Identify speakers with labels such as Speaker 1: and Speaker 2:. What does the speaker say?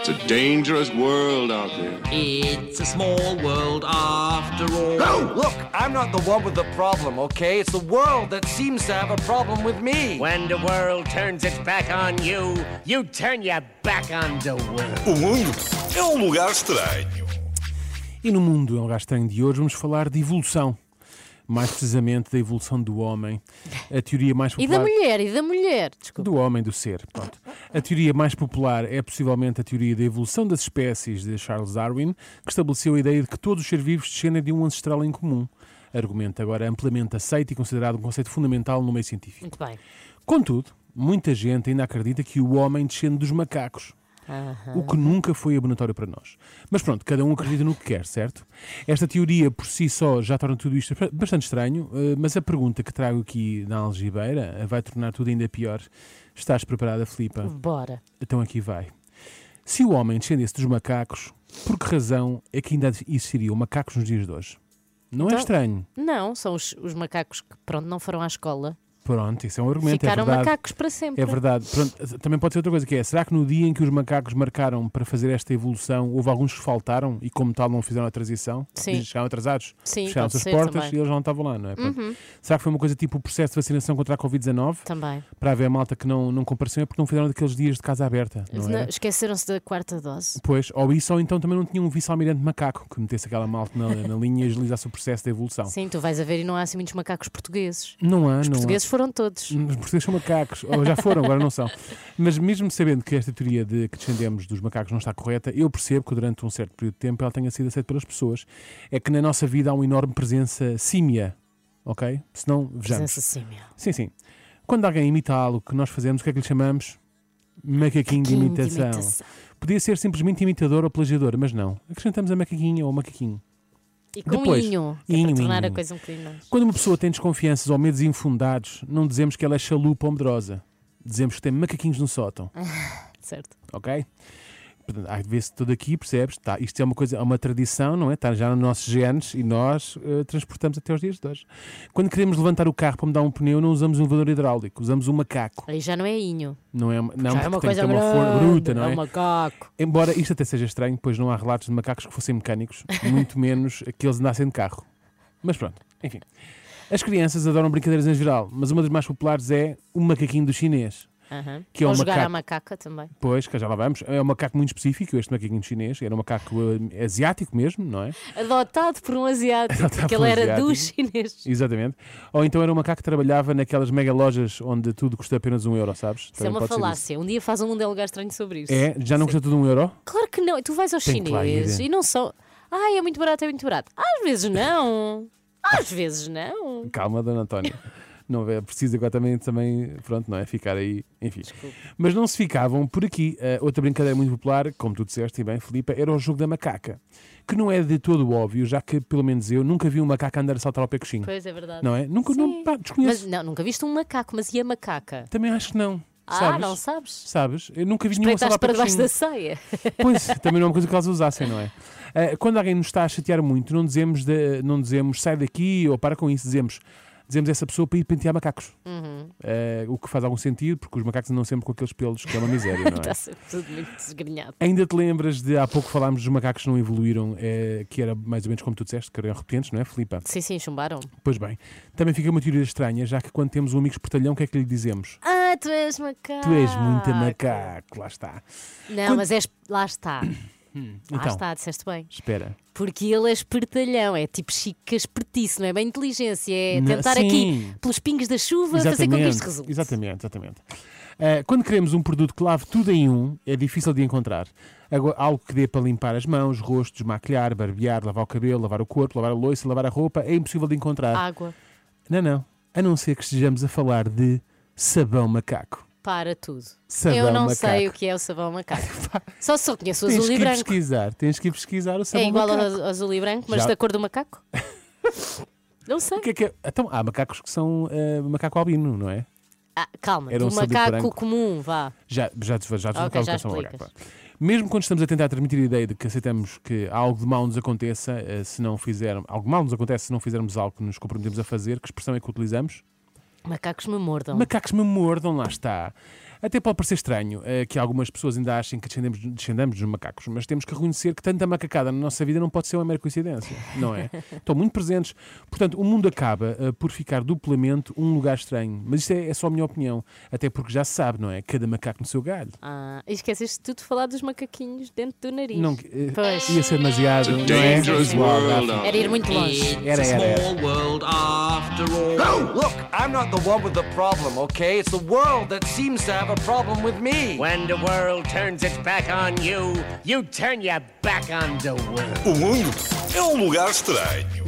Speaker 1: It's a dangerous world out there.
Speaker 2: It's a small world after all.
Speaker 3: Look, I'm not the one with the problem, okay? It's the world that seems to have a problem with me.
Speaker 4: When the world turns its back on you, you turn your back on the world.
Speaker 5: O mundo é um lugar estranho.
Speaker 6: E no mundo é um gajo estranho de hoje, vamos falar de evolução. Mais precisamente da evolução do homem. A teoria mais
Speaker 7: E da
Speaker 6: popular.
Speaker 7: mulher, e da mulher. Desculpa.
Speaker 6: Do homem, do ser. Pronto. A teoria mais popular é possivelmente a teoria da evolução das espécies de Charles Darwin, que estabeleceu a ideia de que todos os seres vivos descendem de um ancestral em comum. Argumento agora amplamente aceito e considerado um conceito fundamental no meio científico.
Speaker 7: Muito bem.
Speaker 6: Contudo, muita gente ainda acredita que o homem descende dos macacos. O que nunca foi abonatório para nós. Mas pronto, cada um acredita no que quer, certo? Esta teoria por si só já torna tudo isto bastante estranho, eh, mas a pergunta que trago aqui na algibeira eh, vai tornar tudo ainda pior. Estás preparada, Filipa?
Speaker 7: Bora.
Speaker 6: Então aqui vai. Se o homem descendesse dos macacos, por que razão é que ainda existiriam macacos nos dias de hoje? Não é
Speaker 7: Então-
Speaker 6: estranho.
Speaker 7: Não, são os, os macacos que, pronto, não foram à escola.
Speaker 6: Pronto, isso é um argumento, é
Speaker 7: Ficaram
Speaker 6: verdade.
Speaker 7: macacos para sempre.
Speaker 6: É verdade. Pronto, também pode ser outra coisa que é, será que no dia em que os macacos marcaram para fazer esta evolução, houve alguns que faltaram e como tal não fizeram a transição?
Speaker 7: Sim.
Speaker 6: Eles Chegaram atrasados?
Speaker 7: Sim,
Speaker 6: Fecharam
Speaker 7: pode
Speaker 6: as
Speaker 7: ser
Speaker 6: portas
Speaker 7: também. Uhum.
Speaker 6: e eles já não estavam lá, não é? Pronto. Será que foi uma coisa tipo o processo de vacinação contra a Covid-19?
Speaker 7: Também.
Speaker 6: Para haver malta que não, não compareceu é porque não fizeram daqueles dias de casa aberta, não
Speaker 7: Não,
Speaker 6: é?
Speaker 7: Esqueceram-se da quarta dose.
Speaker 6: Pois, ou isso, ou então também não tinha um vice-almirante macaco que metesse aquela malta na, na linha e agilizasse o processo da evolução.
Speaker 7: Sim, tu vais a ver e não há assim muitos macacos portugueses.
Speaker 6: Não há,
Speaker 7: Os
Speaker 6: não há.
Speaker 7: portugueses foram todos.
Speaker 6: Os portugueses são macacos, ou já foram, agora não são. Mas mesmo sabendo que esta teoria de que descendemos dos macacos não está correta, eu percebo que durante um certo período de tempo ela tenha sido aceita pelas pessoas. É que na nossa vida há uma enorme presença símia, ok? Se não, vejamos.
Speaker 7: Presença símia.
Speaker 6: Sim, sim. Quando alguém imita algo que nós fazemos, o que é que lhe chamamos? Macaquinho de
Speaker 7: Quinho
Speaker 6: imitação. Podia ser simplesmente imitador ou plagiador, mas não. Acrescentamos a macaquinha ou macaquinho.
Speaker 7: E com
Speaker 6: Depois,
Speaker 7: inho. que é
Speaker 6: inho,
Speaker 7: para tornar
Speaker 6: inho.
Speaker 7: a coisa um bocadinho mais.
Speaker 6: Quando uma pessoa tem desconfianças ou medos infundados, não dizemos que ela é chalupa ou medrosa. Dizemos que tem macaquinhos no sótão.
Speaker 7: Certo.
Speaker 6: ok? Portanto, às vezes tudo aqui, percebes? Tá, isto é uma coisa, é uma tradição, não é? Está já nos nossos genes e nós eh, transportamos até os dias de hoje. Quando queremos levantar o carro para mudar um pneu, não usamos um elevador hidráulico, usamos um macaco.
Speaker 7: Aí já não é inho.
Speaker 6: Não é, uma- não,
Speaker 7: já é
Speaker 6: porque
Speaker 7: uma
Speaker 6: tem que
Speaker 7: coisa
Speaker 6: ter uma
Speaker 7: grande,
Speaker 6: força bruta, não é?
Speaker 7: um macaco.
Speaker 6: Embora isto até seja estranho, pois não há relatos de macacos que fossem mecânicos, muito menos que eles andassem de carro. Mas pronto, enfim. As crianças adoram brincadeiras em geral, mas uma das mais populares é o macaquinho do chinês.
Speaker 7: Aham.
Speaker 6: Que é
Speaker 7: Ou
Speaker 6: um
Speaker 7: jogar à
Speaker 6: macaco.
Speaker 7: macaca também.
Speaker 6: Pois, que já lá vamos. É um macaco muito específico, este macaquinho chinês. Era um macaco eh, asiático mesmo, não é?
Speaker 7: Adotado por um asiático,
Speaker 6: Adotado
Speaker 7: porque
Speaker 6: por um
Speaker 7: ele era dos
Speaker 6: asiático.
Speaker 7: chineses.
Speaker 6: Exatamente. Ou então era um macaco que trabalhava naquelas mega lojas onde tudo custa apenas um euro, sabes?
Speaker 7: Isso é
Speaker 6: Também
Speaker 7: uma
Speaker 6: pode ser
Speaker 7: falácia. Um dia faz um mundo é lugar estranho sobre isso.
Speaker 6: isso. É? Já não custa tudo um euro?
Speaker 7: Claro que é. não. Tu vais aos
Speaker 6: Tem que lá
Speaker 7: chineses
Speaker 6: ir.
Speaker 7: e não são. Ai, é muito barato, é muito barato. Às vezes não. Às vezes não.
Speaker 6: Calma, Dona Antónia. Não é preciso agora também, também, pronto, não é? Ficar aí, enfim. Mas não se ficavam por aqui. Ah, outra brincadeira muito popular, como tu disseste e bem, Filipa, era o jogo da macaca. Que não é de todo óbvio, já que, pelo menos eu, nunca vi um macaco andar a saltar ao pé coxinho.
Speaker 7: Pois é verdade.
Speaker 6: Não é? Nunca, não,
Speaker 7: Sim.
Speaker 6: pá,
Speaker 7: Mas
Speaker 6: desconheço.
Speaker 7: não, nunca viste um macaco, mas e a macaca?
Speaker 6: Também acho que não.
Speaker 7: Ah,
Speaker 6: sabes?
Speaker 7: não sabes? é
Speaker 6: Sabes? Eu nunca vi nenhuma
Speaker 7: Estás
Speaker 6: salada
Speaker 7: para
Speaker 6: para
Speaker 7: debaixo da ceia.
Speaker 6: Pois, também não é uma coisa que elas usassem, não é? Ah, quando alguém nos está a chatear muito, não dizemos, de- não dizemos sai daqui ou para com isso, dizemos, dizemos a essa pessoa para ir pentear macacos.
Speaker 7: Uhum.
Speaker 6: Ah, o que faz algum sentido, porque os macacos andam sempre com aqueles pelos, que é uma miséria, não é?
Speaker 7: Está sempre tudo muito desgrenhado.
Speaker 6: Ainda te lembras de há pouco falámos dos macacos que não evoluíram, eh, que era mais ou menos como tu disseste, que eram repetentes, não é, Filipa?
Speaker 7: Sim, sim, chumbaram.
Speaker 6: Pois bem, também fica uma teoria estranha, já que quando temos um amigo esportalhão, o que é que lhe dizemos?
Speaker 7: Ah, tu és macaco.
Speaker 6: Tu és muito macaco, lá está.
Speaker 7: Não, mas és. Lá está. Lá está, disseste bem.
Speaker 6: Então, espera.
Speaker 7: Então. Porque ele é espertalhão, é tipo chica espertice, não é bem inteligência, é
Speaker 6: Não,
Speaker 7: tentar
Speaker 6: sim.
Speaker 7: aqui pelos pingos da chuva fazer com que isto resulte.
Speaker 6: Exatamente, exatamente. Ah, quando queremos um produto que lave tudo em um, é difícil de encontrar. Agora, algo que dê para limpar as mãos, rostos, maquilhar, barbear, lavar o cabelo, lavar o corpo, lavar a loiça, lavar a roupa, é impossível de encontrar.
Speaker 7: Água.
Speaker 6: Não, não. A não ser que estejamos a falar de sabão macaco.
Speaker 7: Para tudo.
Speaker 6: Sabão
Speaker 7: Eu não
Speaker 6: macaco.
Speaker 7: sei o que é o sabão macaco. só só conheço o
Speaker 6: Tens
Speaker 7: azul
Speaker 6: que
Speaker 7: e
Speaker 6: ir
Speaker 7: branco.
Speaker 6: pesquisar, tens que ir pesquisar o sabão
Speaker 7: É igual ao
Speaker 6: macaco.
Speaker 7: azu- azul e branco, mas
Speaker 6: Já-
Speaker 7: da cor do macaco? não sei.
Speaker 6: O que é que é? Então, há macacos que são ah, macaco albino, não é?
Speaker 7: Ah, calma,
Speaker 6: Era
Speaker 7: do
Speaker 6: um sabor branco.
Speaker 7: macaco comum, vá.
Speaker 6: Já, já, já,
Speaker 7: Ok,
Speaker 6: já, desbloqueava
Speaker 7: já
Speaker 6: o coração ao
Speaker 7: explicas.
Speaker 6: macaco, pá. Mesmo quando estamos a tentar transmitir a ideia de que aceitamos que algo de mal nos aconteça, eh, se não fizermos, algo de mal nos acontece se não fizermos algo que nos comprometemos a fazer, que expressão é que utilizamos?
Speaker 7: Macacos me mordam.
Speaker 6: Macacos me mordam, lá está. Até pode parecer estranho eh, que algumas pessoas ainda achem que descendemos, descendamos dos macacos, mas temos que reconhecer que tanta macacada na nossa vida não pode ser uma mera coincidência, não é? Estão muito presentes. Portanto, o mundo acaba eh, por ficar duplamente um lugar estranho. Mas isto é, é só a minha opinião. Até porque já se sabe, não é? Cada macaco no seu galho.
Speaker 7: Ah, e esqueceste de tudo de falar dos macaquinhos dentro do nariz.
Speaker 6: Não, eh,
Speaker 7: Pois.
Speaker 6: ia ser demasiado. Não é?
Speaker 1: Dangerous world out
Speaker 7: Era ir muito longe.
Speaker 6: Era,
Speaker 2: It's a
Speaker 6: era, era.
Speaker 2: small world after all.
Speaker 3: Look, I'm not the one with the problem, okay? It's the world that seems to have a problem with me.
Speaker 4: When the world turns its back on you, you turn your back on the world.
Speaker 5: O mundo é um lugar estranho.